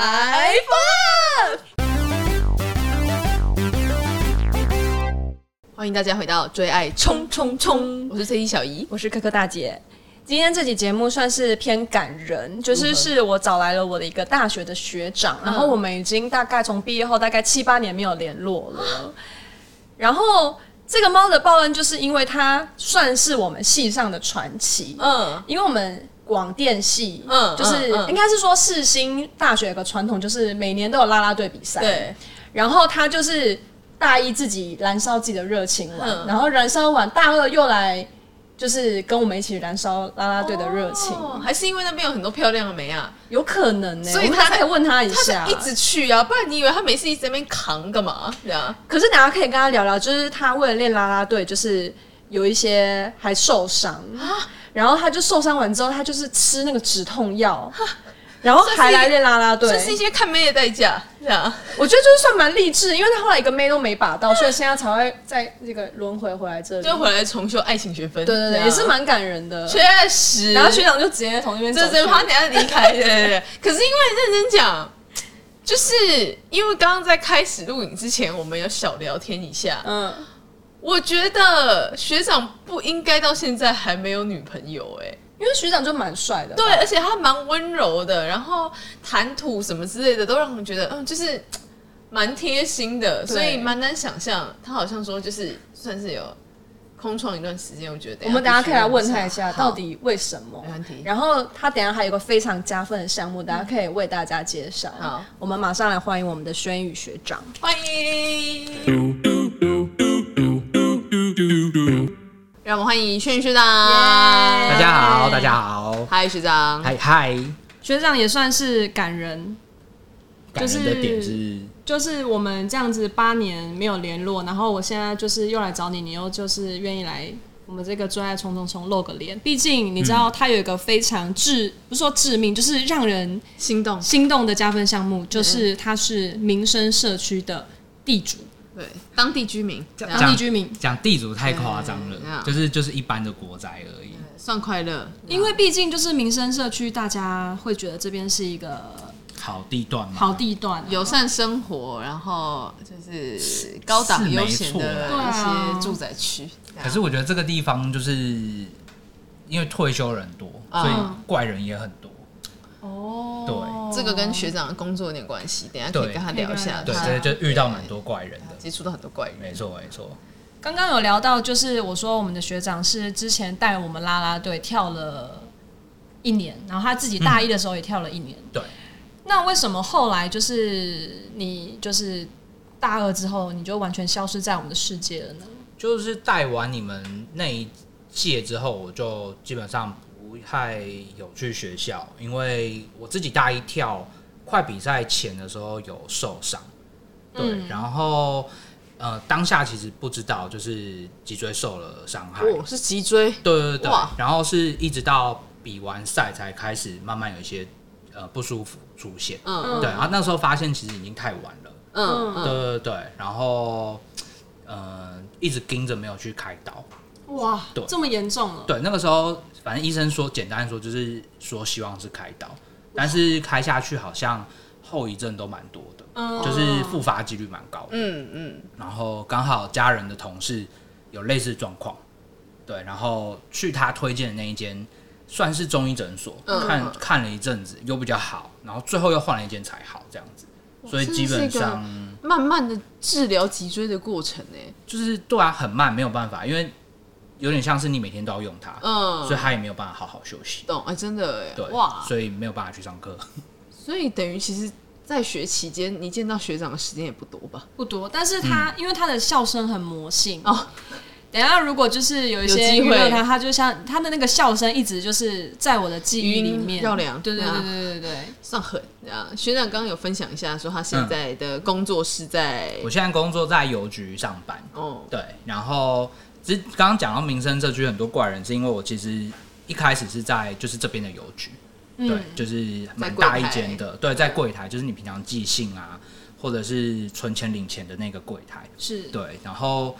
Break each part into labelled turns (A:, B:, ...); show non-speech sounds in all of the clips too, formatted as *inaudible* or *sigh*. A: Five Up。欢迎大家回到最爱冲冲冲，我是 C 一小姨。
B: 我是可可大姐。今天这期节目算是偏感人，就是是我找来了我的一个大学的学长，
A: 嗯
B: 然后我们已经大概从毕业后大概七八年没有联络了。 *gasps* 然后这个猫的报恩，就是因为它算是我们系上的传奇，
A: 嗯，
B: 因为我们广电系，
A: 嗯
B: 嗯，就是
A: 嗯嗯
B: 应该是说世新大学有个传统，就是每年都有啦啦队比赛，，
A: 对，
B: 然后他就是大一自己燃烧自己的热情玩，
A: 嗯
B: 然后燃烧完大二又来，就是跟我们一起燃烧啦啦队的热情，
A: 哦还是因为那边有很多漂亮的梅啊，
B: 有可能呢、
A: 所以
B: 我们
A: 他
B: 还可以问他一
A: 他是
B: 下。
A: 一直去啊，不然你以为他每次一直在那边扛干嘛？对啊，
B: 可是大家可以跟他聊聊，就是他为了练啦啦队，就是有一些还受伤，
A: 啊
B: 然后他就受伤完之后，他就是吃那个止痛
A: *laughs*
B: 药。然后还来练啦啦队，
A: 这是一些看妹的代价，对啊，
B: 我觉得就是算蛮励志，因为他后来一个妹都没把到，所以现在才会在这个轮回回来这里。
A: 就回来重修爱情学分。
B: 对对对，
A: 啊
B: 也是蛮感人的。
A: 确实。
B: 然后学长就直接从那边走
A: 这
B: 去，
A: 这怕等一下离开，对对 *laughs* 对。可是因为认真讲，就是因为刚刚在开始录影之前，我们有小聊天一下。
B: 嗯，
A: 我觉得学长不应该到现在还没有女朋友、哎，
B: 因为学长就蛮帅的，
A: 对，，而且他蛮温柔的，然后谈吐什么之类的，都让我觉得，嗯，就是蛮贴心的，
B: 对
A: 所以蛮难想象他好像说就是算是有空窗一段时间，我觉得
B: 我们等一下可以来问他一下
A: 好
B: 到底为什么
A: 没问题。嗯
B: 然后他等一下还有一个非常加分的项目，大家可以为大家介绍。
A: 好，
B: 我们马上来欢迎我们的轩宇学长。
A: 欢迎。让我们欢迎轩宇学长。
B: 耶
C: 大家好，大家好，
A: 嗨，学长。
C: 嗨嗨，
B: 学长也算是感人，
C: 感人的点是，
B: 就是我们这样子八年没有联络，然后我现在就是又来找你，你又就是愿意来我们这个最爱冲冲冲露个脸。毕竟你知
A: 嗯
B: 道，他有一个非常致，不是说致命，就是让人
A: 心动。
B: 心动的加分项
A: 嗯
B: 目，就是他是民生社区的地主，
A: 对，当地居民，嗯这
B: 当
A: 样
B: 地居民。
C: 讲地主太夸张了
A: 嗯，
C: 就是就是一般的国宅而已。
A: 算快乐。
B: 因为毕竟就是民生社区，大家会觉得这边是一个
C: 好地段嘛，
B: 好地段啊、
A: 友善生活，然后就是高档
C: 是
A: 悠
C: 没
A: 闲
C: 错
A: 的一
B: 啦对
A: 些
B: 啊
A: 住宅区。这样
C: 可是我觉得这个地方就是因为退休人多，
A: 嗯
C: 所以怪人也很多。
B: 哦，
A: 这个跟学长的工作有点关系，等一下可以
C: 对
A: 跟他聊一下。
C: 对，
A: 他
C: 所以就遇到蛮多怪人的。
A: 接触到很多怪人。
C: 没错没错，
B: 刚刚有聊到，就是我说我们的学长是之前带我们啦啦队跳了一年，然后他自己大一的时候也跳了一年。
C: 对。
B: 那为什么后来就是你就是大二之后你就完全消失在我们的世界了呢？
C: 就是带完你们那一届之后，我就基本上不太有去学校，因为我自己大一跳快比赛前的时候有受伤，对，
A: 嗯
C: 然后呃当下其实不知道就是脊椎受了伤害，
A: 哦，是脊椎，
C: 对对对
A: 哇，
C: 然后是一直到比完赛才开始慢慢有一些呃不舒服出现，
A: 嗯
C: 对，然后那时候发现其实已经太晚了，
A: 嗯
C: 对
A: 嗯，
C: 对对，然后呃一直盯着没有去开刀。
A: 嗯
B: 哇
C: 对
B: 这么严重啊了，
C: 对，那个时候反正医生说，简单说就是说希望是开刀，但是开下去好像后遗症都蛮多的，
B: 嗯
C: 就是复发几率蛮高的。
A: 嗯嗯，
C: 然后刚好家人的同事有类似状况，对，然后去他推荐的那一间算是中医诊所，
A: 嗯
C: 看看了一阵子又比较好，然后最后又换了一间才好这样子，所以
A: 这
C: 基
A: 是一
C: 本
A: 个
C: 上
A: 慢慢的治疗脊椎的过程欸呢。
C: 就是对啊，很慢，没有办法，因为有点像是你每天都要用它，
A: 嗯
C: 所以，他也没有办法好好休息。
A: 懂哎，真的哎
C: 对，，
A: 哇，
C: 所以没有办法去上课。
A: 所以等于其实，在学期间，你见到学长的时间也不多吧？
B: 不多，但是他、
C: 嗯
B: 因为他的笑声很魔性
A: 哦。
B: 等一下，如果就是有一
A: 有
B: 些
A: 机
B: 娱
A: 会
B: 乐他，他就像他的那个笑声一直就是在我的记忆里
A: 余音
C: 嗯
B: 面
A: 绕梁
B: 对对
A: 对
B: 对
A: 啊
B: 对对对。
A: 算狠啊！学长刚刚有分享一下，说他现在的工作是在
C: 我现在工作在邮局上班，
A: 哦，
C: 对，然后只刚刚讲到民生社区很多怪人，是因为我其实一开始是在就是这边的邮局，
A: 嗯
C: 对，就是蛮大一间的，对，在柜台，就是你平常寄信啊，或者是存钱领钱的那个柜台，
B: 是，
C: 对，然后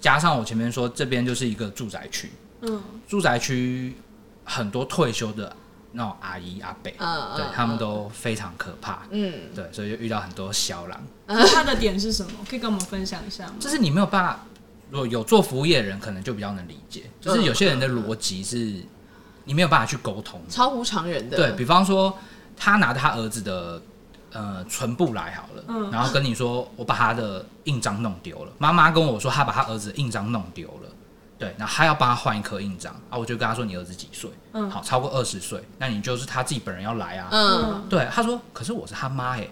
C: 加上我前面说这边就是一个住宅区，
B: 嗯，
C: 住宅区很多退休的那种阿姨阿伯，
A: 嗯嗯
C: 对
A: 嗯
C: 他们都非常可怕，
A: 嗯，
C: 对，所以就遇到很多小狼，
B: 那它的点是什么？可以跟我们分享一下吗？
C: 就是你没有办法，如果有做服务业的人，可能就比较能理解，就是有些人的逻辑是你没有办法去沟通的，
A: 超乎常人的，
C: 对比方说，他拿他儿子的呃唇部来好了，
B: 嗯
C: 然后跟你说我把他的印章弄丢了，妈妈跟我说他把他儿子的印章弄丢了，对，然后他要帮他换一颗印章啊，我就跟他说你儿子几岁？
B: 嗯
C: 好，超过二十岁，那你就是他自己本人要来啊。
A: 嗯
C: 对，他说可是我是他妈耶。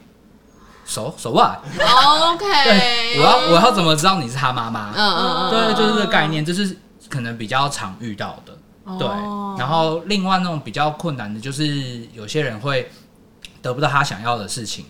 C: 手手腕，
B: 嗯
A: 哦，OK，
C: 对，我要我要怎么知道你是他妈妈？
A: 嗯嗯嗯，
C: 对，就是这个概念，这是可能比较常遇到的。对，然后另外那种比较困难的，就是有些人会得不到他想要的事情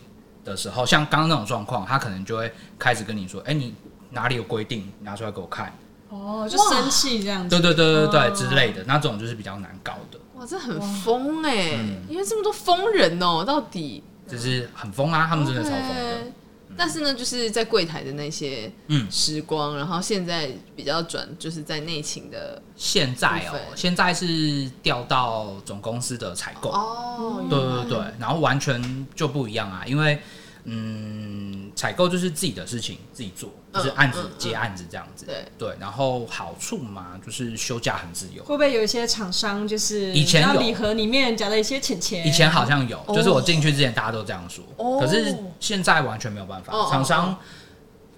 C: 的时候，像刚刚那种状况，他可能就会开始跟你说：“哎、你哪里有规定？你拿出来给我看。
B: 哦，就生气这样”子。
C: *laughs* 对对对对对、
B: 哦
C: 之类的，那种就是比较难搞的，
A: 哇，这很疯哎，
C: 嗯
A: 因为这么多疯人哦，到底
C: 就是很疯啊，他们真的超疯的。
A: OK 但是呢，就是在柜台的那些
C: 嗯
A: 时光，然后现在比较转，就是在内勤的
C: 现在哦
A: 部分，
C: 现在是调到总公司的采购。
A: 哦
C: 对对对，然后完全就不一样啊，因为嗯，采购就是自己的事情自己做，就是
A: 嗯
C: 案子、
A: 嗯嗯
C: 接案子这样子。
A: 对
C: 对，然后好处嘛，就是休假很自由。
B: 会不会有一些厂商就是
C: 以前
B: 要
C: 有
B: 礼盒里面夹了一些钱钱？
C: 以前好像有，
A: 哦
C: 就是我进去之前大家都这样说，可是现在完全没有办法
A: 哦哦，
C: 厂商。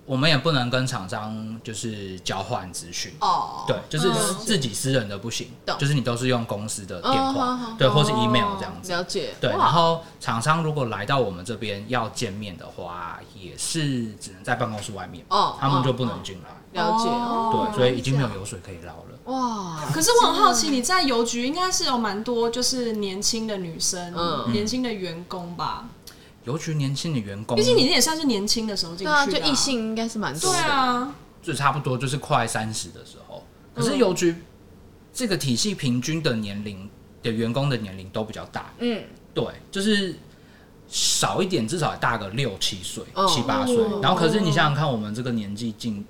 C: 我们也不能跟厂商就是交换资讯，
A: 哦，
C: 对，就是
B: 嗯
C: 自己私人的不行
A: 懂，
C: 就是你都是用公司的电
A: 哦好
C: 话
A: 好，
C: 对，或是 email 这样子。
A: 了解，
C: 对，
A: 哇
C: 然后厂商如果来到我们这边要见面的话，也是只能在办公室外面，
A: 哦
C: 他们就不能进来。
A: 了解哦，
B: 哦
C: 对，所以已经没有油水可以捞了。
A: 哇，
B: 可是我很好奇，你在邮局应该是有蛮多就是年轻的女生，
A: 嗯
B: 年轻的员工吧？
C: 尤其年轻的员工，
B: 毕竟你也算是年轻的时候进
A: 对
B: 去的、
A: 啊，就异。性应该是蛮多
B: 对
A: 的，
B: 啊，
C: 就差不多就是快三十的时候，
A: 嗯
C: 可是邮局这个体系平均的年龄的员工的年龄都比较大，
A: 嗯，
C: 对，就是少一点，至少也大个六七岁、
A: 哦
C: 七八岁
B: 哦。
C: 然后，可是你想想看，我们这个年纪进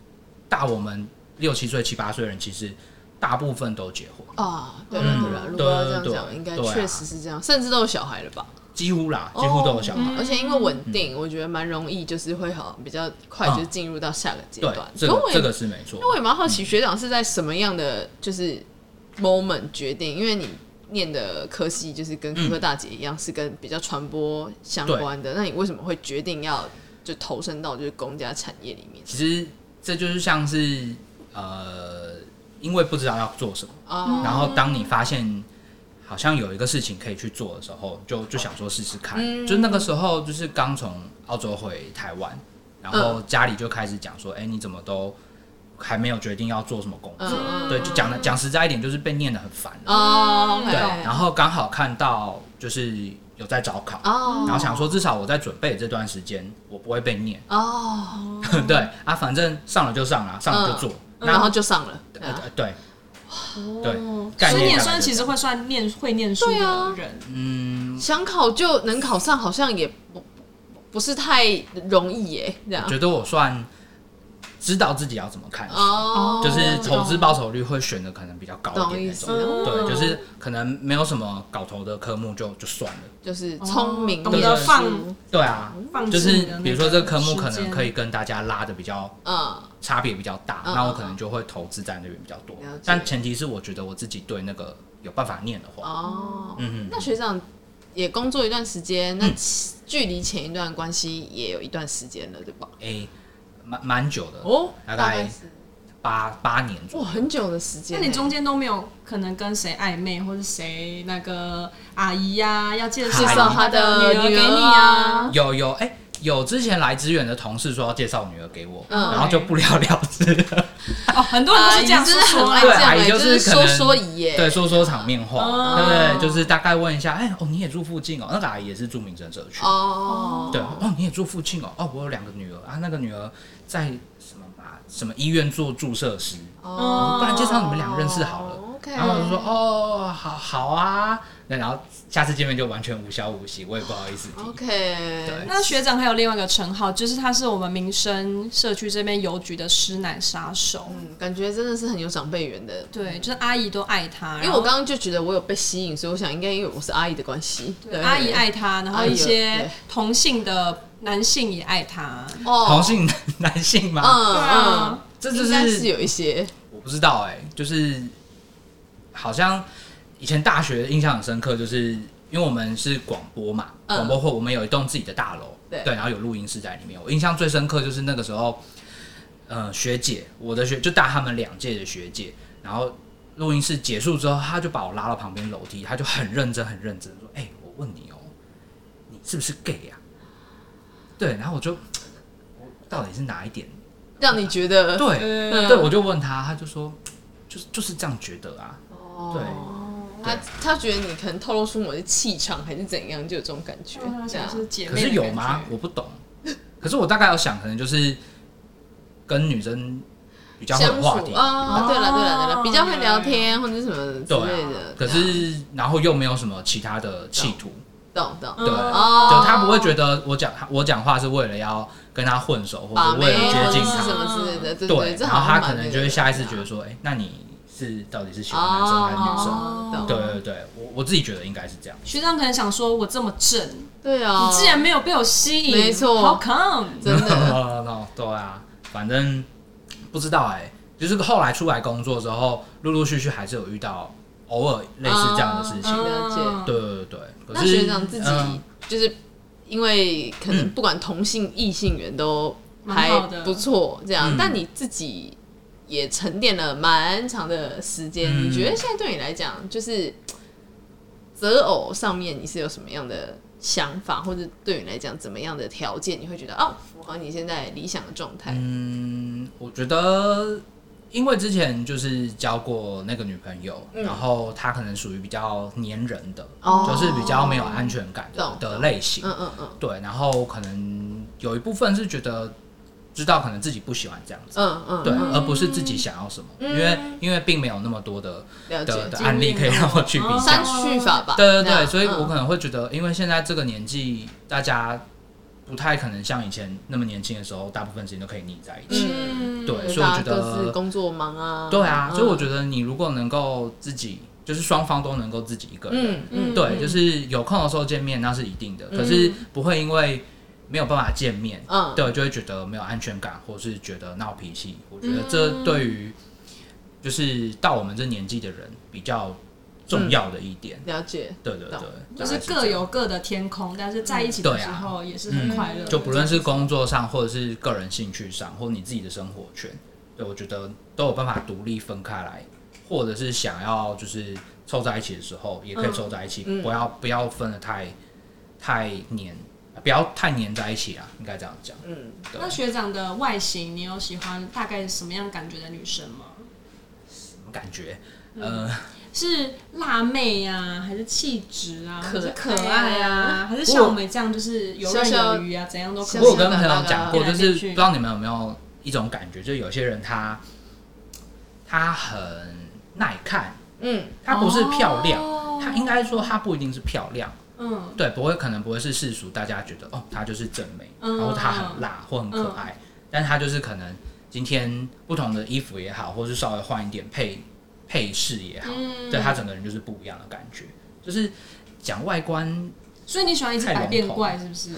C: 大我们六七岁、七八岁的人，其实大部分都结婚，
A: 啊，对了对了，
C: 嗯
A: 如果要这样
C: 对对
A: 讲，应该
C: 对啊
A: 确实是这样，甚至都有小孩了吧？哦
C: 几乎啦，几乎都有小孩。
A: 而且因为稳定，我觉得蛮容易，就是会好比较快就进入到下个嗯阶
C: 嗯对
A: 段，。
C: 这
A: 可
C: 个
A: 我也
C: 这个是没错
A: 因。为我也蛮好奇学长是在什么样的就是 moment 决定，因为你念的科系就是跟科科大姐一样，是跟比较传播相关的，那你为什么会决定要就投身到就是公家产业里面？
C: 其实这就是像是呃，因为不知道要做什么，
A: 啊
C: 然后当你发现好像有一个事情可以去做的时候，就就想说试试看。
A: 嗯
C: 就那个时候就是刚从澳洲回台湾，然后
A: 嗯
C: 家里就开始讲说：“哎、你怎么都还没有决定要做什么工作？”
A: 嗯
C: 对，就讲的讲实在一点，就是被念得很烦了。
A: 哦，
C: 对，
A: OK
C: 然后刚好看到就是有在找考。
A: 哦
C: 然后想说，至少我在准备这段时间，我不会被念。
A: 哦，
C: *laughs* 对啊，反正上了就上啊了，上了就做。那
A: 然后就上了，对
C: 呃
A: 啊
C: 呃对，对
B: 哦，
C: 概念
B: 所以你也
C: 大概
B: 算
C: 就
B: 其
C: 这
B: 实
C: 样
B: 会算念会念书
A: 对啊
B: 的人，
C: 嗯，
A: 想考就能考上，好像也不不是太容易耶，这样
C: 我觉得我算知道自己要怎么看书，
A: 哦，
C: 就是投资报酬率会选的可能比较高一
A: 懂
C: 点
A: 意
C: 那
A: 思
C: 种。，对，
B: 嗯
C: 就是可能没有什么搞头的科目就就算了。
A: 就是聪明
B: 哦懂
A: 念
B: 得
A: 书
B: 放
C: 对啊，
B: 放
C: 就
B: 弃你
C: 是
B: 的那
C: 比如说这个科目
B: 时
C: 可能
B: 间
C: 可以跟大家拉的比较
A: 嗯。
C: 差别比较大，
A: 嗯
C: 那我可能就会投资在那边比较多
A: 了解。
C: 但前提是我觉得我自己对那个有办法念的话，
A: 哦，
C: 嗯
A: 那学长也工作一段时间，那其距离前一段关系也有一段时间了，对吧？
C: 诶，蛮蛮久的，
A: 哦
C: 大
A: 大概
C: 概
A: 是
C: 八八年左
A: 哇，
C: 右。
A: 很久的时
B: 那
A: 间欸。
B: 你中间都没有可能跟谁暧昧，或者谁那个阿姨呀、要介绍
C: 介绍
A: 她的
B: 女儿
A: 女
B: 给
A: 儿
B: 你
A: 啊
B: 啊？
C: 有有哎、有之前来支援的同事说要介绍女儿给我，
A: 嗯
C: 然后就不了了之。
B: 哦，很多人都是这样
A: 阿姨真
B: 说哎
A: 的很爱这
B: 说啦
C: *laughs* 对，
A: 样
C: 阿
A: 欸
C: 姨就
A: 就是
C: 可能
A: 说说姨耶
C: 对，说说场面话，
B: 哦
C: 对对，就是大概问一下，哎、哦，你也住附近哦，那个阿姨也是住民生社区，
A: 哦，
C: 对，哦，你也住附近哦，哦，我有两个女儿啊，那个女儿啊在什么嘛什么医院做注射师，
A: 哦，
C: 嗯不然介绍你们俩认识好了
A: 哦 OK，
C: 然后我就说哦，好好啊，那然后下次见面就完全无消无息，我也不好意思提。
A: OK，
C: 对
D: 那学长还有另外一个称号，就是他是我们民生社区这边邮局的师奶杀手。
A: 嗯，感觉真的是很有长辈缘的。
D: 对，就是阿姨都爱他，
A: 因为我刚刚就觉得我有被吸引，所以我想应该因为我是阿姨的关系，对
D: 然后阿姨爱他，然后
A: 阿姨
D: 一
A: 有
D: 些
A: 对
D: 同性的男性也爱他。
A: 哦
C: 同，性男男性吗？
A: 嗯嗯
D: 啊，
C: 这就
A: 应该是
C: 是
A: 有一些
C: 我不知道哎、就是好像以前大学印象很深刻，就是因为我们是广播嘛，
A: 嗯
C: 广播会我们有一栋自己的大楼，
A: 对
C: 然后有录音室在里面。我印象最深刻就是那个时候，呃，学姐，我的学就大他们两届的学姐，然后录音室结束之后，她就把我拉到旁边楼梯，她就很认真很认真地说：“哎、我问你哦、你是不是 gay 呀、对，然后我就我到底是哪一点？
A: 让你觉得
C: 对，
A: 嗯
C: 对，我就问他，他就说，就是就是这样觉得啊，对，
A: 嗯
C: 哦
A: 他哦他觉得你可能透露出某些气场还是怎样，就有这种感觉
B: 对啊，，
A: 这样
B: 想是姐
C: 可
B: 妹的感觉。
C: 是有吗？我不懂。可是我大概有想，可能就是跟女生比较会有
A: 相
C: 话
A: 处
C: 题，
A: 啊，对了对了对
D: 哦
A: 了，比较会聊天或者什么之
C: 对
A: 类
C: 啊
A: 的。。
C: 可是然后又没有什么其他的企图，
A: 懂懂
C: 对，就
A: 哦，
C: 他不会觉得我讲我讲话是为了要跟他混熟，或
A: 把
C: 者
A: 妹啊
C: 为了
A: 或
C: 接
A: 者
C: 近
A: 是什么
C: 他，
A: 之类的，对
C: 对。
A: 这
C: 然
A: 好
C: 后
A: 像
C: 他
A: 蛮
C: 可能
A: 那
C: 就
A: 个
C: 会
A: 的
C: 下意识觉得说，哎，那你是到底是喜欢男生还是女生？
A: 哦懂
C: 对对对，我我自己觉得应该是这样。
B: 学长可能想说，我这么正，
A: 对啊，
B: 你既哦然没有被我吸引，
A: 没错
B: ，How come？
A: 真的
C: ，no no no，对啊，反正不知道哎、就是后来出来工作之后，陆陆续续还是有遇到偶尔类似这样的事情。
A: 嗯了解
B: 嗯
C: 对对对，可
A: 那
C: 是
A: 学长自己
C: 嗯
A: 就是因为可能不管同性异性缘都还
B: 蛮好的
A: 不错，这样
C: 嗯，
A: 但你自己也沉淀了蛮长的时间，
C: 嗯
A: 你觉得现在对你来讲，就是择偶上面你是有什么样的想法，或者对你来讲怎么样的条件，你会觉得哦符合你现在理想的状态？
C: 嗯，我觉得，因为之前就是交过那个女朋友，然后她可能属于比较粘人的，
A: 嗯哦
C: 就是比较没有安全感的
A: 懂
C: 的类型。
A: 嗯嗯嗯
C: 对，然后可能有一部分是觉得知道可能自己不喜欢这样子。
A: 嗯嗯，
C: 对，
A: 嗯
C: 而不是自己想要什么，因为因为并没有那么多的
A: 了
C: 的
A: 解
C: 的。案例可以让我去比
B: 哦
A: 删
C: 较。
A: 去法吧，
C: 对
A: 这
C: 对对，
A: 样
C: 所以我
A: 嗯
C: 可能会觉得，因为现在这个年纪，大家不太可能像以前那么年轻的时候，大部分时间都可以腻在一起。
B: 嗯，
C: 对，所以我
A: 大
C: 觉
A: 家各自
C: 得，
A: 工作忙啊，
C: 对啊，
A: 嗯
C: 所以我觉得你如果能够自己，就是双方都能够自己一个人，
A: 嗯嗯，
C: 对，就是有空的时候见面那是一定的，可是不会因为没有办法见面，
A: 嗯
C: 对，就会觉得没有安全感，或是觉得闹脾气。我觉得这对于就是到我们这年纪的人比较重要的一点。
A: 了解，
C: 对对对
A: 懂，
C: 大
B: 就
C: 概
B: 是各有各的天空，但是在一起的
C: 对
B: 时
C: 啊嗯
B: 候也是很快乐的。
C: 就不论是工作上，或者是个人兴趣上，或你自己的生活圈，对我觉得都有办法独立分开来，或者是想要就是凑在一起的时候，也
B: 嗯
C: 可以凑在一起，不要不要分的太太黏，不要太黏在一起啊，应该这样讲。
A: 嗯，
C: 对
B: 那学长的外形，你有喜欢大概什么样感觉的女生吗？
C: 感觉，呃，
B: 是辣妹呀、还是气质啊，
A: 可
B: 还是可爱啊，还是像我们这样就是游刃有余啊，怎样都可
A: 小
C: 我有
A: 小
B: 以。
C: 跟朋友讲过，
B: 那个变来变
C: 就是不
B: 去
C: 知道你们有没有一种感觉，就是有些人他他很耐看，
A: 嗯，
C: 他不是漂亮，
B: 哦
C: 他应该说他不一定是漂亮，
B: 嗯，
C: 对，不会，可能不会是世俗大家觉得哦，她就是正美，
B: 嗯
C: 然后她很辣或很可爱，但她就是可能今天不同的衣服也好，或是稍微换一点配配饰也好，
B: 嗯
C: 对她整个人就是不一样的感觉。就是讲外观，
B: 所以你喜欢一直
C: 太笼
B: 百变
C: 统
B: 怪是不是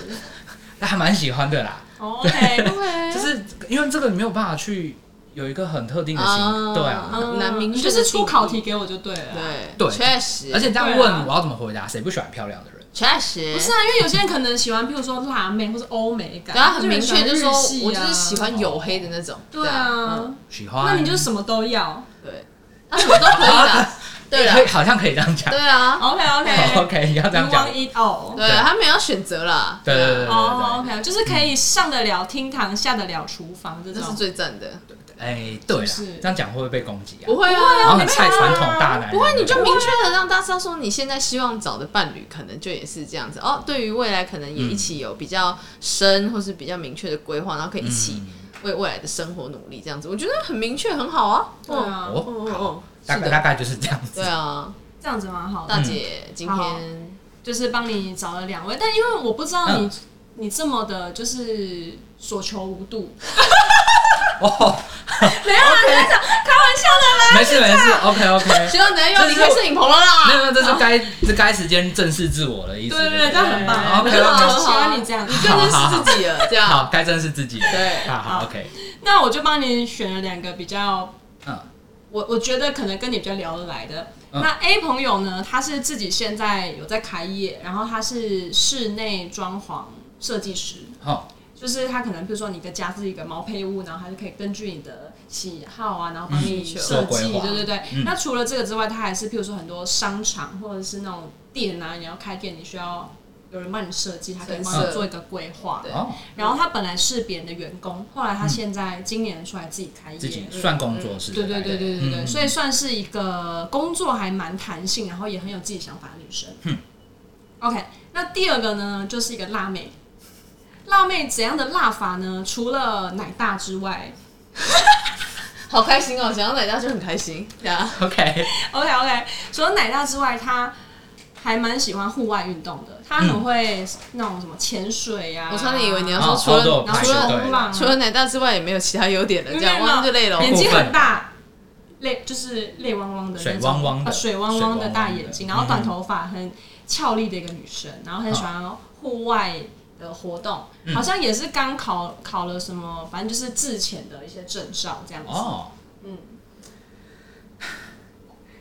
C: 那还蛮喜欢的啦，
B: 哦？OK，
C: 就是因为这个你没有办法去有一个很特定的形，对啊，
A: 嗯难明确
B: 就
A: 地
B: 是出考
A: 定
B: 题
A: 义
B: 给我就对了。，啊
A: 对
C: 对
A: 确实，
C: 而且这样
B: 对啊
C: 问我要怎么回答？谁不喜欢漂亮的人？
A: 确实
B: 不是啊，因为有些人可能喜欢，譬如说辣妹或者欧美感，
A: 对啊他很明
B: 有
A: 确
B: 人
A: 就
B: 喜
A: 说
B: 欢日系，啊
A: 我就是喜。欢黝黑的那种，
B: 对
A: 这样，
B: 啊
A: 嗯，
C: 喜
B: 那
C: 欢，
B: 你就什么都要。
A: *laughs* 对，那啊什么都可以啦，
C: *laughs*
A: 对
C: 可以
A: 啦，
C: 好像可以这样讲
A: 对啊，
B: OK
C: *laughs* 好
B: OK，You
C: ，OK，你要这样讲
B: want，it all。
A: 对啊，他没有选择啦，
C: 对对
A: 啊
C: 对对
B: 哦
C: 对
B: ，OK，就是可以上得了厅堂，下得了厨房这
A: 这是
B: 种。
A: 最赞的，
C: 哎，对啦
B: 是不是，
C: 这样讲会不会被攻击
A: 啊
C: 啊
A: 不？会
C: 然后
A: 啊，
C: 很菜传统大男人，
A: 不会，你啊就明确的让大家知道说你现在希望找的伴侣可能就也是这样子哦，对于未来可能也一起有比较深或是比较明确的规划，然后可以一起。为未来的生活努力，这样子，我觉得很明确，很好啊。
B: 对
A: 嗯，
B: 啊，
A: 嗯
C: 哦，好，大
A: 是
C: 概
A: 的
C: 大概就是这样子
A: 对。啊，
B: 这样子蛮好的。
A: 大姐今
B: 好
A: 天
B: 就是帮你找了两位，但因为我不知道你、你这么的，就是所求无度，
C: 哦，
B: 没有啦，真的开玩笑的啦。
C: 没事没事，OK OK。
A: 希望等下又要离开摄影棚了
C: 没
A: 啦。
C: 有，没有，这是该这该时间正视自我的意思。
B: 对对对，这样很棒，我
C: 好，OK
B: 就
A: 好
B: 我
C: OK。
B: 就喜欢你这样。
A: 更认识自己了，这样
C: 好，该正视自己。
A: 对
C: 好好
B: 好
C: OK。
B: 那我就帮你选了两个比较，
C: 嗯，
B: 我我觉得可能跟你比较聊得来的。
C: 嗯
B: 那 A 朋友呢，他是自己现在有在开业，然后他是室内装潢设计师。
C: 好，
B: 就是他可能，比如说你的家是一个毛坯屋，然后他就可以根据你的喜好啊，然后帮你
A: 需求
B: 设
C: 做规
B: 计，
C: 划
B: 对对对。
C: 嗯
B: 那除了这个之外，他还是譬如说很多商场或者是那种店啊，你要开店，你需要有人帮你设计，他可以帮
A: 设
B: 你
A: 计
B: 做一个规划。
A: 对
C: 哦，
B: 然后他本来是别人的员工，后来他现在今年出来自己开业，
C: 自己算工作室
B: 对
C: 的概
B: 对对
C: 念。
B: 对对对，
C: 嗯
B: 所以算是一个工作还蛮弹性，然后也很有自己想法的女生。
C: 嗯
B: OK，那第二个呢，就是一个辣妹。辣妹怎样的辣法呢？除了奶大之外
A: 好开心哦！想到奶大就很开心，对啊，
C: OK。
B: ，OK OK，除了奶大之外，她还蛮喜欢户外运动的。她
C: 嗯
B: 很会那种什么潜水啊，
A: 我差点以为你要
C: 哦
A: 说除了
C: 然
B: 然
C: 后
B: 后
A: 除了
C: 对
B: 冲浪啊，
A: 除了奶大之外也没有其他优点呃了，这样
B: 没有
A: 我就累了。
B: 眼睛
C: 部分
B: 很大，泪就是泪汪汪的那种，
C: 水汪汪的嗯
B: 啊水汪汪的大眼睛，
C: 水
B: 然
C: 汪
B: 后
C: 汪的
B: 短头发，很俏丽的一个女生，然后很喜欢户外的活动，
C: 啊嗯
B: 好像也是刚考考了什么，反正就是自潜的一些证照这样子，
C: 哦，
B: 嗯，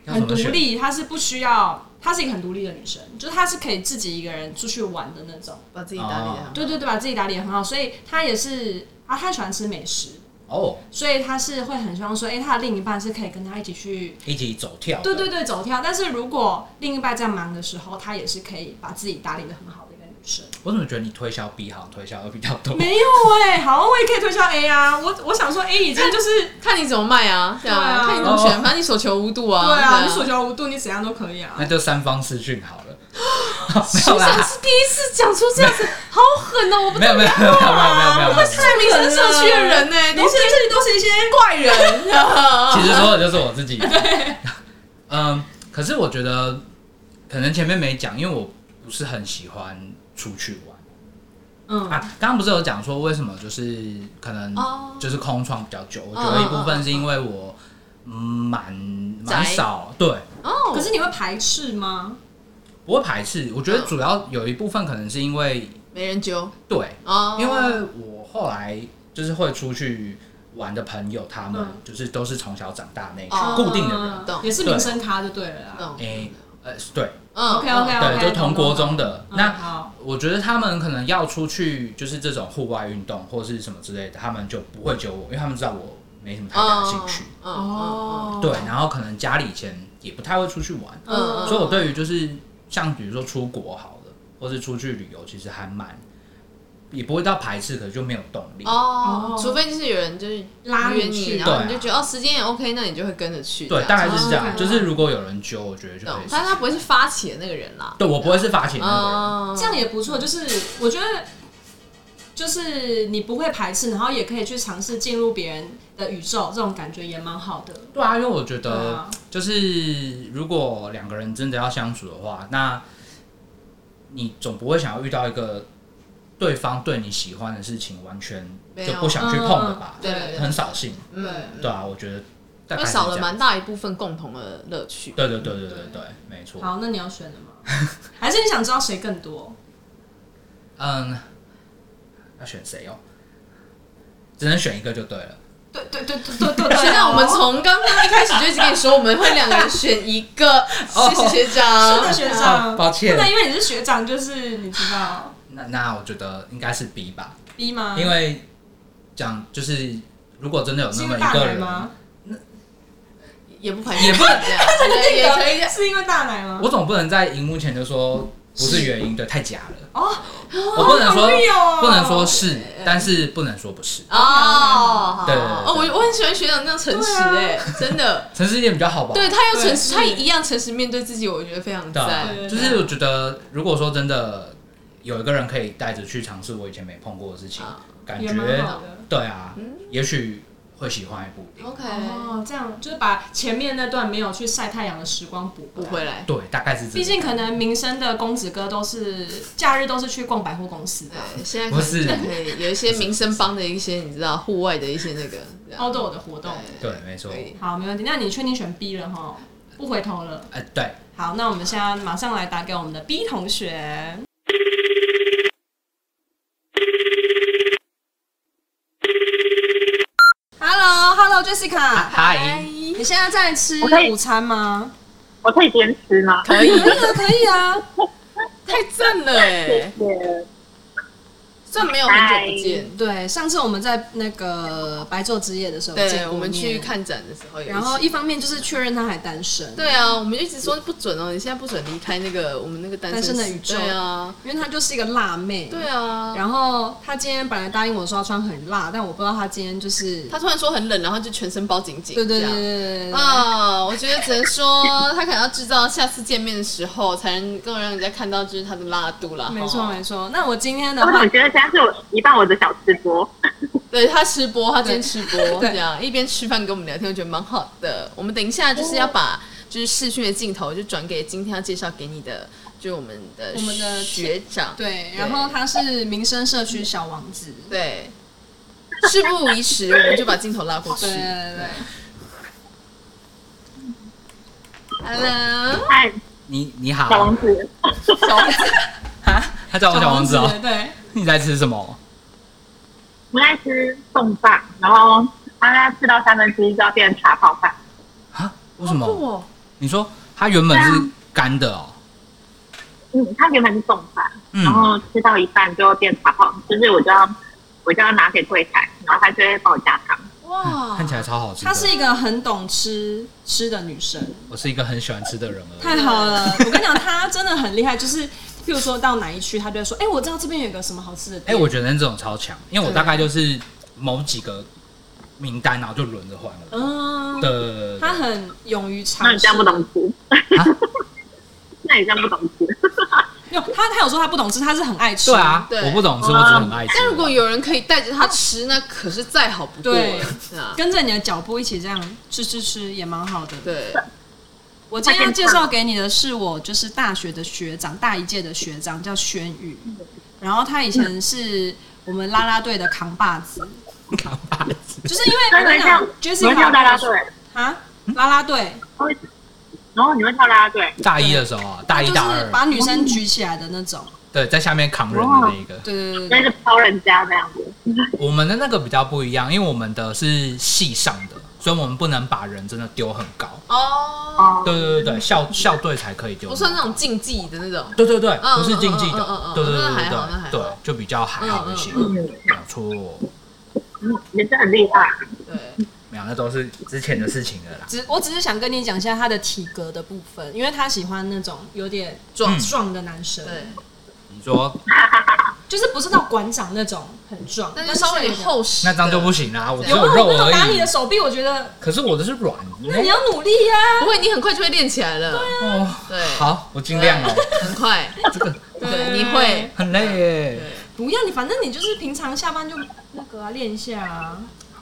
C: 要
B: 很
C: 怎
B: 独
C: 么选？
B: 立，她是不需要。她是一个很独立的女生，就是她是可以自己一个人出去玩的那种，
A: 把自己打理的
B: 对对对，把自己打理得很好，所以她也是啊，她喜欢吃美食，
C: 哦，
B: 所以她是会很希望说，哎、她的另一半是可以跟她一起去
C: 一起走跳。
B: 对对对，走跳。但是如果另一半在忙的时候，她也是可以把自己打理的很好的一个女生。
C: 我怎么觉得你推销 B 行推销的比较多？
B: 没有哎、好，我也可以推销 A 啊。我我想说 A 已经
C: *laughs*
B: 就是
A: 看你怎么卖啊，这样
B: 对啊
A: 看你怎么选，
C: 哦
A: 反正你所求无度
B: 对
A: 啊。
B: 啊，你所求无度，你怎样都可以啊
C: 那。就三方私讯好了。没有
A: 上
C: 啦，
A: 次第一次讲出这样子，好狠哦！我不
C: 没有没有没有没有没有没有。
A: 是民生社区的人
C: *laughs*
A: 呢、
B: 你
A: 都是
B: 是这里都是一些
A: 怪人。
C: 其实说的就是我自己。嗯，可是我觉得可能前面没讲，因为我不是很喜欢出去玩
B: *laughs* 嗯，
C: 啊。刚刚不是有讲说为什么就是可能
A: 哦
C: 就是空窗比较久，我觉
A: 嗯
C: 得
A: 嗯
C: 一部分是因为我嗯蛮
A: 宅
C: 蛮少对。
A: 哦，
B: 可是你会排斥吗？
C: 不会排斥，我觉得主要有一部分可能是因为
A: 没人揪
C: 对，
A: 哦，
C: 因为我后来就是会出去玩的朋友，他们
B: 嗯
C: 就是都是从小长大那一
A: 哦
C: 种固定的人，
A: 懂
B: 也是民生咖就对了啦。
A: 懂
C: 诶，呃，对
A: 嗯
B: OK，OK，
A: 嗯
C: 对，就
B: 懂
C: 同国
B: 懂
C: 中的
B: 嗯
C: 那。
B: 好，
C: 我觉得他们可能要出去，就是这种户外运动或是什么之类的，他们就不会揪我，因为他们知道我没什么太大的兴趣。
A: 嗯嗯
C: 对，然后可能家里以前也不太会出去玩，
A: 嗯
C: 所以我对于就是像比如说出国好了，或是出去旅游，其实还蛮也不会到排斥，可是就没有动力。
A: 嗯哦
B: 哦，
A: 除非就是有人就是
B: 拉
A: 约
B: 你去
A: 然后你
C: 对
A: 就
C: 啊
A: 觉得哦时间也 OK，那你就会跟着去。
C: 对，
A: 这
C: 大
A: 样
C: 概是这
B: 哦
C: 样。
B: ，OK，
C: 就是如果有人揪，我觉得就
A: 懂
C: 可以，试
A: 但
C: 试。
A: 是他不会是发起的那个人啦。
C: 对我不会是发起的那个人。
A: 哦，
B: 这样也不错。就是我觉得，就是你不会排斥，然后也可以去尝试进入别人的宇宙，这种感觉也蛮好的。
C: 对啊，因为我觉
B: 对
C: 得
B: 啊，
C: 就是如果两个人真的要相处的话，那你总不会想要遇到一个对方对你喜欢的事情完全
A: 没
C: 就
A: 有
C: 不想去碰的吧
B: 嗯？
A: 对对对，
C: 很扫兴。
A: 嗯，
C: 对啊，我觉得大概
A: 会
C: 是
A: 少
C: 这
A: 了
C: 样
A: 蛮大一部分共同的乐趣。
C: 对对对对对对，没错。
B: 好，那你要选什么？还是你想知道谁更多？
C: 嗯，要选谁哦？只能选一个就对了。
B: 对对对对对对对。
A: 学长，我们
B: 哦
A: 从刚刚一开始就一直跟你说，我们会两个人选一个。
C: *laughs* 哦
A: 谢谢学长。
B: 是的，学长，
C: 哦抱歉
B: 不能因为你是学长，就是你知道
C: 那那我觉得应该是 B 吧，
B: B 吗？
C: 因为讲就是如果真的有
B: 是
C: 那
B: 因
C: 么
B: 为大
C: 一个
B: 奶
C: 人，
B: 吗？
A: 也不排除，也不能这样，对也可以这
B: *laughs*
A: 样。
B: 是因为大奶吗？
C: 我总不能在荧幕前就说不是原因，对，太假了。
B: 哦，
C: 我不能
B: 好
C: 说
B: 努力哦
C: 不能说是，但是不能说不是。
A: 哦，好
C: 对对对
A: 哦，我我很喜欢学长那样诚实哎，真
C: *laughs*
A: 的，
C: 诚实一点比较好吧？
A: 对他又诚实，
B: 啊对
A: 他一样诚实面对自己，我觉得非常
C: 对啊
A: 赞。
B: 对
C: 就是我觉得如果说真的有一个人可以带着去尝试我以前没碰过的事情，
A: 啊
C: 感
B: 也
C: 觉
B: 蛮好的。
C: 对啊，也许会喜欢也不一定。
A: OK，
B: 哦，这样就是把前面那段没有去晒太阳的时光补
A: 补
B: 回
A: 回
B: 来。
A: 来。
C: 对，大概是这样。
B: 毕竟可能民生的公子哥都是假日都是去逛百货公司的，
A: 对，现在
C: 不是
A: 可能可以有一些民生帮的一些，你知道户外的一些那个这样
B: 凹豆的活动。
C: 对，没错
A: 可。以
B: 好，没问题。那你确定选 B 了哈？不回头了。
C: 呃，对，
B: 好，那我们现在马上来打给我们的 B 同学。Hello，Hello，Jessica，
A: 啊
C: 嗨，
B: 你现在在吃
E: 我可以
B: 午餐吗？
E: 我可以边吃吗？
A: 可以，
B: 那可以啊。
A: 太赞了哎！
E: 也
A: 这没有很久不见，
B: 对，上次我们在那个白昼之夜的时候见
A: 对
B: 过
A: 我们去
B: 面，
A: 看展的时候有一起，
B: 然后一方面就是确认他还单身，
A: 对啊，我们就一直说不准哦，你现在不准离开那个我们那个单
B: 单身的宇宙
A: 对啊，
B: 因为他就是一个辣妹，
A: 对啊。
B: 然后他今天本来答应我说要穿很辣，但我不知道他今天就是，
A: 他突然说很冷，然后就全身包紧紧，
B: 对对
A: 这
B: 对
A: 样
B: 对对对，
A: 啊、我觉得只能说他可能要制造下次见面的时候，才能够让人家看到就是他的辣度啦。
B: 没错
A: 哈
B: 没错。那我今天的
E: 我
B: 话
E: 总，觉得现在是我一半我的小吃播，
A: 对他吃播，他今天吃播
B: *laughs* 对
A: 这样，一边吃饭跟我们聊天，我觉得蛮好的。我们等一下就是要把就是视讯的镜头就转给今天要介绍给你的，就是我们的
B: 我们的
A: 学长，
B: *laughs* 对，然后他是民生社区小王子，
A: 对，事不宜迟，我们就把镜头拉过去
B: 对。对对对。Hello，
E: 嗨，
C: 你你好，
E: 小王子，
A: 小王子
C: 啊， *laughs* 他叫我小王子哦。
B: 对，
C: *laughs* 你在吃什么？
E: 我爱吃冻饭，然后大概吃到三分之一就要变茶泡饭，
C: 啊？为
A: 好
C: 什
A: 酷
C: 么？
A: 哦
C: 你说它原本
E: 对
C: 是干的哦。
E: 嗯，它原本是冻饭，
C: 嗯
E: 然后吃到一半就变茶泡，就是我就要我就要拿给柜台，然后他就会帮我加糖。
A: 哇
C: 嗯看起来超好吃的。
B: 她是一个很懂吃吃的女生，
C: 我是一个很喜欢吃的人而已。
B: 太好了！我跟你讲，她真的很厉害，就是譬如说到哪一区，她就会说，哎，我知道这边有个什么好吃的
C: 哎、
B: 店，
C: 我觉得这种超强，因为我大概就是某几个名单，然后就轮着换了。
B: 嗯，
C: 对对对对
B: 他
C: 对，
B: 很勇于
E: 那
B: 尝
E: 你
B: 试
E: 这。样不懂吃
C: 啊，
E: *laughs* 那你这样不懂吃，
B: 没有他，他有说他不懂吃，他是很爱吃。
C: 对啊，
A: 对
C: 我不懂吃，我只是很爱吃。
A: 但如果有人可以带着他吃，那可是再好不过
B: 对
A: 了，是啊，
B: 跟着你的脚步一起这样吃吃吃也蛮好的。
A: 对，
B: 我今天要介绍给你的是我就是大学的学长，大一届的学长叫轩宇，然后他以前是我们啦啦队的扛把子，
C: 扛把子，
B: 就是因为
E: 那
B: 我
E: 你
B: 跟
E: 会
B: 你
E: 跳，
B: 讲
E: 你会跳
B: ，Jessica
E: 啦啦队，
B: 啊，啦啦队
E: 哦然后你会跳啦啦队，
C: 大一的时候啊，大一
B: 就
C: 大
B: 是把
C: 二，
B: 女生举起来的那种，
C: 对，在下面扛人的那一个。
B: 对对对
E: 那
B: 对，
E: 是抛人家这样子。
C: 我们的那个比较不一样，因为我们的是系上的，所以我们不能把人真的丢很高。
A: 哦，
E: 哦，
C: 对对对对，校校队才可以丢。
A: 不算那种竞技的那种，
C: 对对对，
A: 嗯
C: 不是竞技
A: 嗯嗯嗯
C: 的
A: 嗯，
C: 对对
A: 那
C: 对
A: 还好那
C: 对
A: 还好
C: 对，对就比较还好一些，
A: 嗯
E: 嗯
C: 没有错，
E: 嗯，也是很厉害。
A: 对。
C: 没有，那都是之前的事情了啦。
B: 只我只是想跟你讲一下他的体格的部分，因为他喜欢那种有点
C: 嗯
B: 壮壮的男生，
A: 对，
C: 你说
B: 就是不是到馆长那种很壮，
A: 但是稍微有点厚实的，
C: 那张就不行啦，我只
A: 有
B: 有
C: 肉
B: 那种打
C: 而
B: 你
C: 已
B: 的，手臂，我觉得
C: 可是我的是软
B: 那你
C: 的
B: 要努力呀、
A: 不会，你很快就会练起来了，
B: 啊
C: 哦。
A: 对
C: 好，我尽量哦，
A: 很快，
C: 这个
A: 对，你会，
C: 很累耶，
A: 对，
B: 不要你，反正你就是平常下班就那个啊，练一下啊。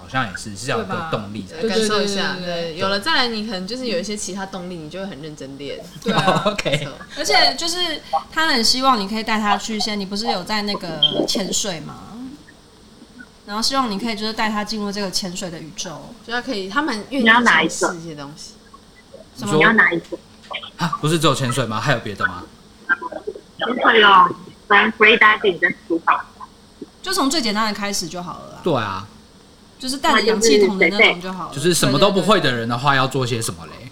C: 好像也是是要有
B: 对
C: 个
B: 吧
C: 动力才
B: 对
A: 感受一下，
B: 对对对
A: 对，有了再来，你可能就是有一些其他动力，你就会很认真练，
B: 对
A: *laughs*
B: 啊
C: *laughs* OK，
A: So，
B: 而且就是他很希望你可以带他去一些，你不是有在那个潜水吗？然后希望你可以就是带他进入这个潜水的宇宙。
A: 就他可以，他们愿意
E: 你要哪一
A: 尝
E: 个
A: 试一些东西，
C: 你
E: 你
C: 说
E: 要哪一个？
C: 啊，不是只有潜水吗？还有别的吗？
E: 不会哦，反正 free diving 跟厨 *laughs* 房。
B: 就从最简单的开始就好了啦，
C: 对啊，
B: 就是带着氧气筒的那种就好了，
C: 就是什么都不会的人的话，要做些什么嘞？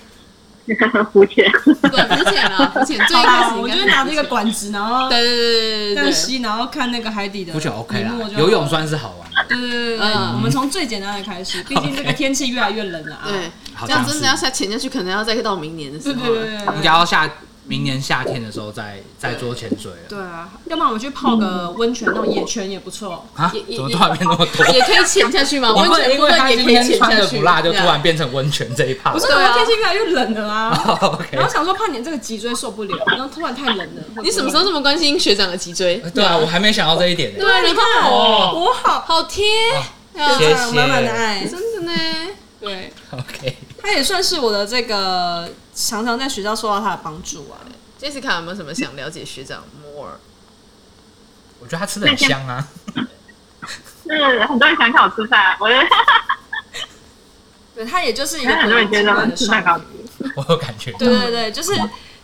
E: 浮潜，
A: 对，浮潜啊， *laughs* 浮潜，最
B: 对。
A: 一
B: 对对
A: 开始
B: 好啦，
A: 应
B: 我
A: 该
B: 就是是拿着一个管子，然后
A: 对，对对对
B: 这
A: 对
B: 样
A: 对，
B: 吸，然后看那个海底的
C: 不
A: 啊
C: 久 OK
B: 荧幕
C: 啦，
B: 就好
C: 游泳算是好玩的，
B: 对对对对对，
A: 嗯
B: 我们从最简单的开
C: *laughs*
B: 始，毕竟这个天气越来越冷了啊。
A: 对，
C: 好
A: 这样
C: 像
A: 真
C: 是
A: 的要下潜下去，可能要再到明年的时
B: 对
A: 候啊
B: 对
A: 了，
B: 对
C: 应
B: 对
C: 该
B: 对，
C: 嗯要下明年夏天的时候再再做潜水了。
B: 对啊，要不然我们去泡个温泉，那种野泉也不错。
C: 啊？
A: 也也
C: 怎么突然变那么多？
A: 也可以潜下去吗？温泉
C: *laughs* 因
A: 部
C: 为他
A: 啊分也
C: 今
A: 可以
C: 天
A: 潜
C: 穿
A: 下
C: 的
A: 去，
C: 不辣，就突
A: 对
C: 然
A: 啊
C: 变成温泉这一趴。
B: 不是，
A: 对啊
B: 我天气越来越冷了啊。
C: *laughs* OK
B: 然后想说，怕你这个脊椎受不了，然后突然太冷了。
A: 你什么时候这么关心学长的脊椎？
C: 对啊，我还没想到这一点呢。
A: 对，你看
C: 哦
B: 我好？
A: 好贴，对啊
C: 谢谢
B: 满满的爱，
A: 真的呢。
B: 对，
C: OK，
B: 他也算是我的这个常常在学校受到他的帮助啊。
A: Jessica 有没有什么想了解学长 more？
C: 我觉得他吃的很香啊。
E: 是很多人想看我吃饭，我
B: 对他也就是一个
E: 因为很多人觉得我
B: 很
E: 吃饭搞
B: 女。
C: *laughs* 我有感觉到，
B: 对对对，就是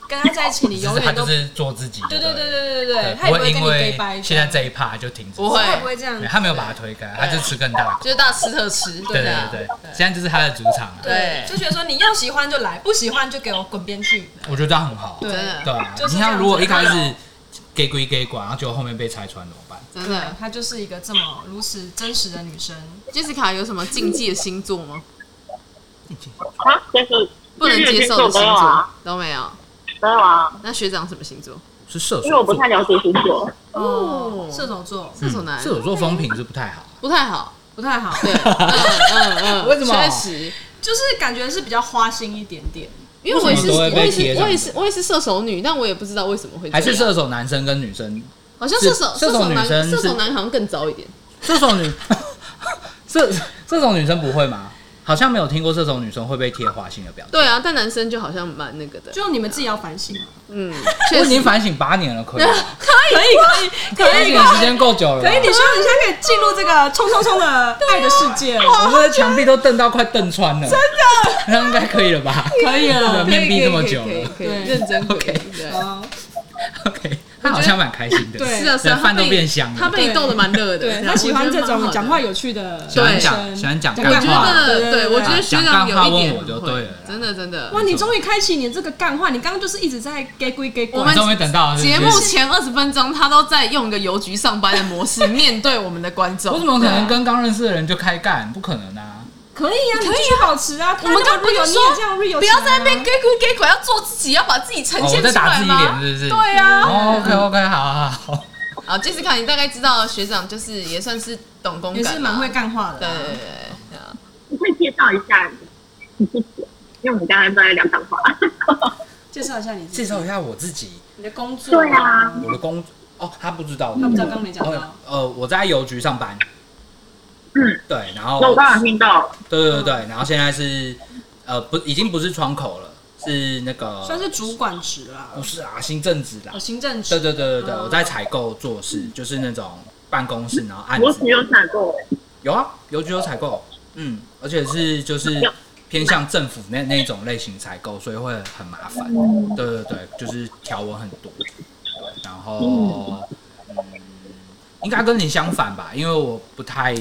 B: 跟他在一起，你
C: 就
B: 永
C: 是他
B: 远
C: 就
B: 都
C: 是做自己。
B: 对对
C: 对不
B: 对对对对，他
C: 不
B: 也
C: 会
B: 会
C: 因
B: 跟你
C: 为
B: gay 掰。
C: 现在这一趴就停止。
A: 不会
B: 他也不会这样
C: 对，。他没有把它推开，他就吃更大。
A: 就是大吃特吃，
C: 对
A: 啊
C: 对对，现在这是他的主场啊，
A: 对
B: 就觉得说你要喜欢就来，不喜欢就给我滚边去。
C: 我觉得这样很好。
A: 真
B: 对，
A: 的
C: 对啊
B: 就，是这
C: 你
B: 样
C: 看
B: 子
C: 如果一开始给归给管，然后结果后面被拆穿怎么办？
A: 真
B: 对
A: 的，。
B: 她就是一个这么如此真实的女生。
A: Jessica 有什么禁忌的星座吗？
E: 啊，就是
A: 不能接受的
E: 都
A: 星
E: 有
A: 座
E: 啊，
A: 都没有。
E: 都有啊，
A: 那学长什么星座？
C: 是射
E: 因为我
C: 手
E: 不
C: 座，
E: 太了解星座，
A: 哦
B: 哦，射手座
A: 射手男
C: 射手座风评是不太好。
A: 不太好。
B: 不太好，
C: *laughs*
A: 对，嗯嗯嗯，
C: 为什么
A: 确实，
B: 就是感觉是比较花心一点点。
A: 因为我也是，
C: 为什么都会
A: 我
C: 被
A: 也
C: 贴
A: 是，
C: 上
A: 我也是，我也是射手女，但我也不知道为什么会这样
C: 还是射手男生跟女生，
A: 好像射手
C: 是射手
A: 手
C: 女
A: 男
C: 生是
A: 射手男好像更糟一点。
C: 射手女， *laughs* 射这种女生不会吗？好像没有听过射手女生会被贴花心的标签。
A: 对啊，但男生就好像蛮那个的。
B: 就你们自己要反省啊。
C: *laughs*
A: 嗯，
C: 我
A: 确
C: 已
A: 实
C: 经反省八年了，
A: *laughs*
C: 可以吗？
B: 可以可以
C: 而且时间够久了吧，
B: 啊可以，你说你现在可以进入这
A: *laughs*
B: 个冲冲冲的
A: 啊
B: 爱的世界了，
C: 我们的墙壁都瞪到快瞪穿了，真的，那应该可以了吧？
B: 可以
C: 对
B: 了。
C: 面壁这么久
A: 可以
C: 了
A: 可以可以可以
B: 对
A: 认真可以
C: OK 哦
A: 对
B: 好
C: ，OK，他好像蛮开心的，
B: 对
A: 是啊，是啊，
C: 人饭
A: 他被
C: 都变香了
A: 他被你逗得蛮乐的。
B: 对
A: 啊
B: 他喜欢这
A: 我觉得蛮好
B: 种
A: 的
B: 讲话有趣的
C: 喜欢
B: 女
C: 讲
B: 生。
C: 喜欢讲
A: 我
C: 干
A: 觉
C: 话，
A: 得，对，我觉得学长有一点
C: 讲干话问我就对了啦
A: 真的真的
B: 哇，。你终于开启你这个干话，你刚刚就是一直在 gay 归 gay
A: 我
C: 我
A: 们
C: 终于等到了是不
A: 节
C: 是
A: 目前二十分钟，他都在用一个邮局上班的模式面对我们的观众。
C: 我怎么可能跟刚认识的人就开干？不可能啊！
B: 可以啊，你继续保持啊。
A: 我们刚不
B: 有
A: 就
B: 你
A: 说
B: 也这样 real，
A: 不要在那边
B: 起来啊
A: gay 鬼 gay 鬼，要做自己，要把自己呈
C: 哦，
A: 现
C: 我
A: 出
C: 在打
A: 来
C: 自己
A: 吗
C: 脸？是不是？
A: 对啊。
C: ，OK OK，好哦好好，
A: 好，Jessica，你大概知道学长就是也算是懂公
B: 也
A: 感啊，
B: 是蛮会干话的
A: 对。
B: 啊。
A: 对对对对啊。
E: 你可以介绍一下你自己，因为我们刚才都在聊脏话。
B: 介绍一下你自
C: 介
B: 己，
C: 绍一下我自己，
B: 你的工作。
E: *laughs* 对啊，
C: 我的工哦，他不知道，
B: 他不知道刚没讲
C: 哦
B: 到。
C: 呃，我在邮局上班，
E: 嗯，
C: 对，然后
E: 那我刚好听到，
C: 对对对对，然后现在是呃不，已经不是窗口了，是那个
B: 算是主管职啦
C: 不，是啊新政职啦
B: 哦，，行政
C: 对
B: 职。
C: 对对对对，我在采购做事，就是那种办公室，然后案
E: 我
C: 子
E: 只有闪过，
C: 有啊，邮局有采购，嗯，而且是就是偏向政府那那种类型采购，所以会很麻烦。对对对，就是条文很多，对，然后嗯，应该跟你相反吧，因为我不太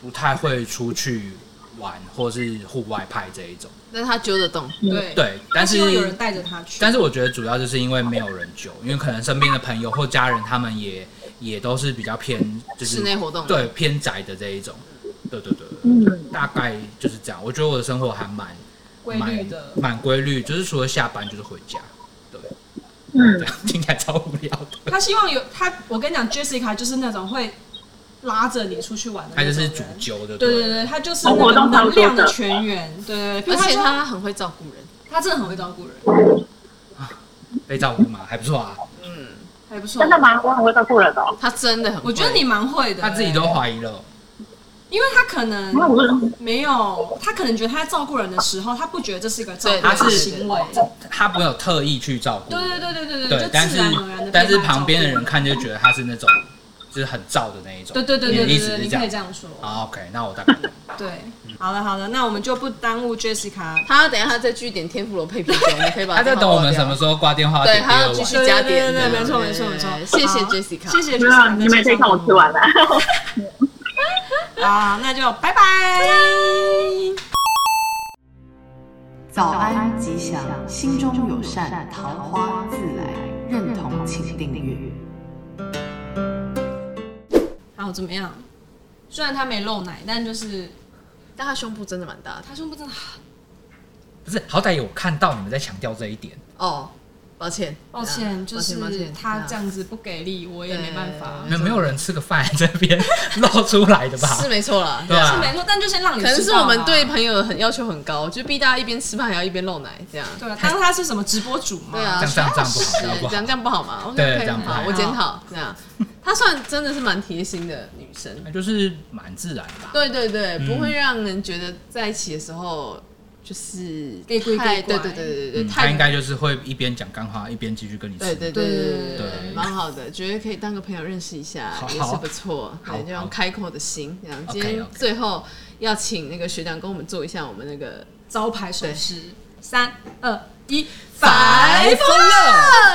C: 不太会出去玩或是户外拍这一种，
A: 但他揪得动，
B: 对。
C: 对，但是
B: 希望有人带着他去。
C: 但是我觉得主要就是因为没有人救，因为可能身边的朋友或家人他们也也都是比较偏就是
A: 室内活动
C: 对偏宅的这一种，对对对对，
E: 嗯，
C: 大概就是这样。我觉得我的生活还蛮
B: 规律的
C: 蛮蛮规律，就是除了下班就是回家，对，
E: 嗯
C: 这样听起来超无聊的。
B: 他希望有他，我跟你讲，Jessica 就是那种会拉着你出去玩的
C: 他
B: 那
C: 就
B: 种人，
C: 是主揪的，
B: 对对
C: 对
B: 对，他就是那个能量的全员，对对对，
A: 而且
B: 他
A: 他很会照顾人。
B: 他真的很会照顾人，
C: 被照顾嘛，还不错啊。
A: 嗯，
B: 还不错
E: 真。的吗？我很会照顾人的哦，
A: 他真的很会，
B: 我觉得你蛮会的，
C: 他自己都怀疑了，
B: 因为他可能
E: 那我
B: 没有，他可能觉得他在照顾人的时候，他不觉得这是一个照
A: 对
B: 顾
C: 他
B: 人的
C: 是
B: 行为，
C: 他没有特意去照顾，
B: 对对对对对
C: 对
B: 就，
C: 但
B: 自
C: 是
B: 然而然的。
C: 但是旁边的人，看就觉得他是那种就是很燥的那一种，
B: 对对对对
C: 你的意
B: 对
C: 思
B: 对，
C: 是
B: 你
C: 这
B: 可以
C: 样
B: 这。样说，
C: 好，OK，那我
A: *laughs*
C: 大概懂
B: 对，好了好了，那我们就不耽误 Jessica
A: 他等一下他再去点天妇罗配啤酒，我们可以把
C: 他在等我们什么
A: 时
C: 时候挂电话
A: 对，
C: 点第
A: 他
C: 二
A: 要继
C: 碗
A: 续。加
B: 对
A: 点
B: 对
A: 的。
B: 对对没错没错没错
A: 对谢谢
B: 好
A: Jessica，
B: 谢谢
E: 没有，啊
B: Jessica，
E: 你们可以看我吃完了。
B: 啊，那就拜拜。
F: 早安吉祥，心中有善，桃花自来。认同请订阅。
B: 然后怎么样？虽然他没露奶，但就是
A: 但他胸部真的蛮大的
B: 他胸部真的很
C: 不是，好歹有看到你们在强调这一点，
A: 哦。抱歉，
B: 抱歉，
A: 对
B: 就
A: 啊
B: 是
A: 抱歉
B: 他这样子不给力，我也没办法。
A: 对
C: 没有没有人吃个饭在这边 *laughs* 露出来的吧？
A: 嗯是没错啦。
C: 对
B: 是
C: 啊
B: 没，错，但就先让你
A: 可能
B: 知
A: 是
B: 道
A: 我们
B: 啦
A: 对朋友的很要求很高，就逼大家一边吃饭还要一边露奶这样。
B: 对啊，当他是什么直播主嘛，
A: 对啊，
C: 这样这样这样不好
A: 是这
C: 这样不好
A: 样这样不好嘛？
C: 对
A: OK，
C: 这样不
A: 好
C: 好，
A: 我检讨这样。她算真的是蛮贴心的女生，
C: 那就是蛮自然的吧。
A: 对对对，
C: 嗯
A: 不会让人觉得在一起的时候就是
B: 给鬼
A: 太
B: 给怪
A: 对对对对对，
C: 嗯，
A: 太
C: 他应该就是会一边讲干话一边继续跟你吃。
A: 对对对对
B: 对
A: 对，蛮好的，觉得可以当个朋友认识一下
C: 好
A: 也是不错。
C: 好
A: 对，就
C: 好
A: 用开阔的心这样。今天
C: OK，OK
A: 最后要请那个学长跟我们做一下我们那个
B: 招牌手势，三二一，
A: 白
B: 白
A: 风乐。